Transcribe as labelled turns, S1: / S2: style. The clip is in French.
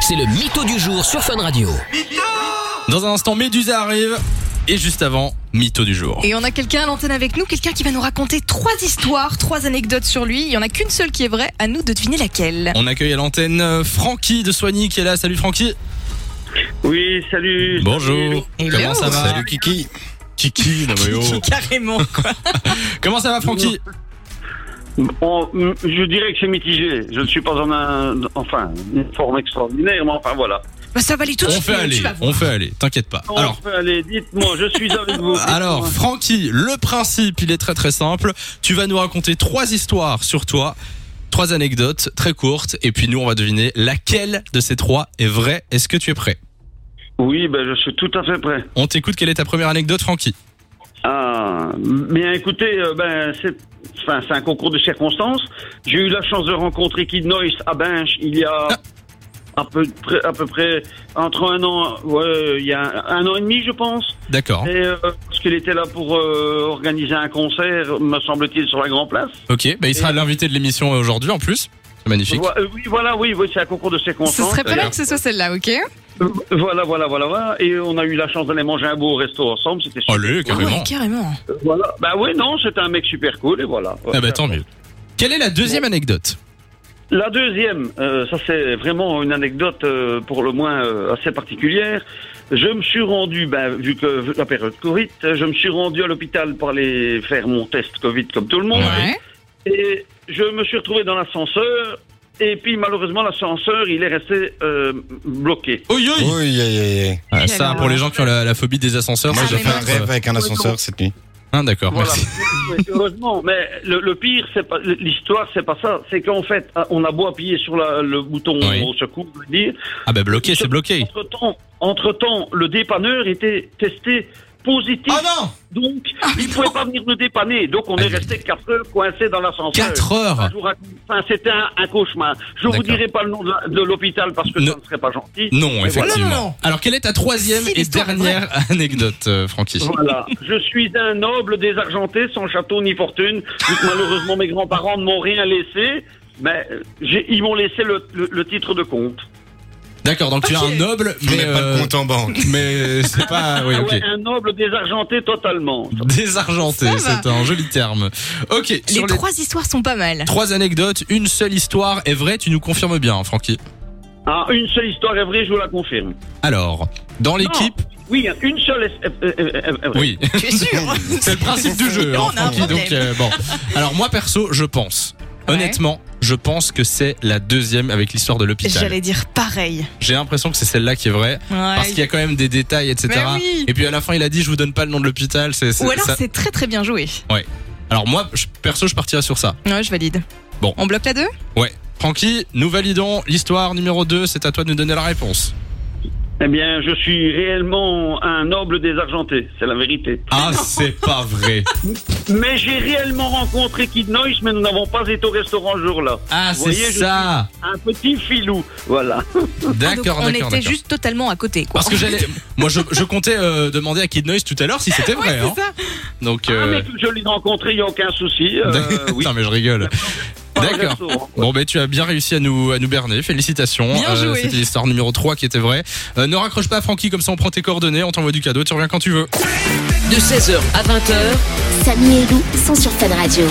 S1: C'est le mytho du jour sur Fun Radio.
S2: Dans un instant, Médusa arrive. Et juste avant, mytho du jour.
S3: Et on a quelqu'un à l'antenne avec nous, quelqu'un qui va nous raconter trois histoires, trois anecdotes sur lui. Il y en a qu'une seule qui est vraie, à nous de deviner laquelle.
S2: On accueille à l'antenne euh, Francky de Soigny qui est là. Salut Francky.
S4: Oui, salut.
S2: Bonjour.
S3: Hello.
S2: Comment ça va
S3: Salut,
S2: Kiki. Kiki, non mais oh.
S3: Carrément.
S2: Comment ça va Francky
S4: On- je dirais que c'est mitigé. Je ne suis pas en un, enfin, une forme extraordinaire, mais enfin voilà.
S3: Bah, ça va aller tout de
S2: On
S3: suite.
S2: fait
S3: tu
S2: aller,
S3: vas voir.
S2: on fait aller, t'inquiète pas.
S4: On
S2: Alors,
S4: peut aller, dites-moi, je suis avec vous.
S2: alors Francky, le principe, il est très très simple. Tu vas nous raconter trois histoires sur toi, trois anecdotes très courtes, et puis nous on va deviner laquelle de ces trois est vraie. Est-ce que tu es prêt
S4: Oui, ben, je suis tout à fait prêt.
S2: On t'écoute, quelle est ta première anecdote Francky
S4: Ah, bien écoutez, euh, ben, c'est, enfin, c'est un concours de circonstances. J'ai eu la chance de rencontrer Kid Noise à Binche il y a
S2: Ah.
S4: à peu, près, à peu près entre un an, ouais, il y a un an et demi, je pense.
S2: D'accord,
S4: Et euh, parce qu'il était là pour euh, organiser un concert, me semble-t-il, sur la Grand Place.
S2: ok, bah, il sera l'invité de l'émission aujourd'hui en plus. C'est magnifique.
S4: Voi- euh, oui, voilà, oui, oui, c'est un concours de
S3: Ce
S4: circonstances.
S3: serait pas mal que ce soit celle-là, ok
S4: Euh, Voilà, voilà, voilà, voilà. Et on a eu la chance d'aller manger un beau resto ensemble, c'était super.
S2: Allez,
S3: Ah
S2: carrément.
S3: ouais, carrément.
S4: Euh, Voilà. Bah oui, non, c'était un mec super cool, et voilà.
S2: Ah bah tant mieux. Quelle est la deuxième anecdote
S4: La deuxième, euh, ça c'est vraiment une anecdote euh, pour le moins euh, assez particulière. Je me suis rendu, ben, vu que vu la période Covid, euh, je me suis rendu à l'hôpital pour aller faire mon test Covid comme tout le monde.
S3: Ouais.
S4: Et je me suis retrouvé dans l'ascenseur. Et puis malheureusement l'ascenseur il est resté euh, bloqué.
S2: Oui,
S5: Oui, aïe, aïe, aïe.
S2: Ah, ça, pour les gens qui ont la, la phobie des ascenseurs,
S5: Moi,
S2: ça
S5: j'ai
S2: doit
S5: fait un
S2: faire...
S5: rêve avec un ascenseur cette nuit.
S2: Ah, d'accord, merci.
S4: Oui, heureusement, mais le, le pire c'est pas l'histoire c'est pas ça, c'est qu'en fait hein, on a beau appuyer sur la- le bouton
S2: Oui.
S4: au secours, je veux dire.
S2: Ah bah bloqué, c'est bloqué.
S4: Entre temps, entre temps le dépanneur était testé positif,
S2: Ah non Ah,
S4: donc il pouvait pas venir nous dépanner, donc on
S2: Aïe,
S4: est
S2: aïe.
S4: resté quatre heures coincés dans l'ascenseur.
S2: 4 heures
S4: Je vous raconte- Enfin, c'était un, un cauchemar. Je vous
S2: D'accord.
S4: dirai pas le nom de, la- de l'hôpital parce que
S2: Ne-
S4: ça ne serait pas gentil.
S2: Non,
S4: Mais voilà.
S2: effectivement.
S3: Non, non, non.
S2: Alors, quelle est ta troisième
S3: Si,
S2: et
S3: l'histoire est vraie.
S2: dernière anecdote, euh, Francky
S4: Voilà, je suis un noble désargenté, sans château ni fortune, vu que malheureusement mes grands-parents ne m'ont rien laissé, mais euh, j'ai- ils m'ont laissé le, le- le titre de comte.
S2: D'accord, donc tu es
S3: Ok.
S2: un noble,
S5: Mais
S2: mais...
S5: pas de
S2: euh,
S5: compte en banque.
S2: mais c'est pas... Oui,
S4: Ah ouais,
S2: ok.
S4: un noble désargenté totalement.
S2: Désargenté,
S3: Ça va.
S2: c'est un joli terme. Ok,
S3: Les
S2: sur les
S3: trois histoires sont pas mal.
S2: trois anecdotes, une seule histoire est vraie, tu nous confirmes bien, hein, Francky.
S4: Ah, une seule histoire est vraie, je vous la confirme.
S2: Alors, dans l'équipe...
S4: Oui, hein, une seule est, est- est- est- est vraie.
S2: Oui,
S3: Tu es sûr
S2: c'est le principe du jeu,
S3: Non,
S2: hein,
S3: on a un
S2: Francky, donc,
S3: problème.
S2: euh, bon. Alors, moi, perso, je pense...
S3: Ouais.
S2: Honnêtement, je pense que c'est la deuxième avec l'histoire de l'hôpital.
S3: J'allais dire pareil.
S2: J'ai l'impression que c'est celle-là qui est vraie. Parce qu'il y a quand même des détails, etc.
S3: Mais oui.
S2: Et puis à la fin, il a dit, je vous donne pas le nom de l'hôpital. C'est, c'est-
S3: Ou alors
S2: ça-
S3: c'est très très bien joué.
S2: Alors moi, je- perso, je partirais sur ça.
S3: Ouais, je valide.
S2: Bon.
S3: On bloque la deux
S2: Ouais. Francky, nous validons l'histoire numéro 2. C'est à toi de nous donner la réponse.
S4: Eh bien, je suis réellement un noble désargenté, c'est la vérité.
S2: Ah, c'est pas vrai.
S4: Mais j'ai réellement rencontré Kid Noise, mais nous n'avons pas été au restaurant ce jour-là.
S2: Ah,
S4: Vous
S2: c'est
S4: voyez, je
S2: ça.
S4: Un petit filou, voilà.
S3: Ah, donc,
S2: D'accord,
S3: On
S2: d'accord,
S3: était
S2: d'accord.
S3: juste totalement à côté. Quoi.
S2: Parce que j'allais, moi, je, je comptais euh, demander à Kid Noise tout à l'heure si c'était vrai. hein.
S3: C'est ça.
S2: Donc,
S4: Ah,
S2: euh,
S4: mais que je l'ai rencontré, il n'y a aucun souci. euh,
S2: d'accord.
S4: oui,
S2: Putain, mais je rigole.
S4: pas au
S2: D'accord.
S4: restaurant.
S2: Bon, ben tu as bien réussi à nous, à nous berner. Félicitations. Euh,
S3: Bien joué.
S2: C'était l'histoire numéro 3 qui était vraie. Euh, ne raccroche pas, Francky, comme ça on prend tes coordonnées, on t'envoie du cadeau, tu reviens quand tu veux.
S1: De 16h à 20h,
S6: Samy et Lou sont sur Fan Radio.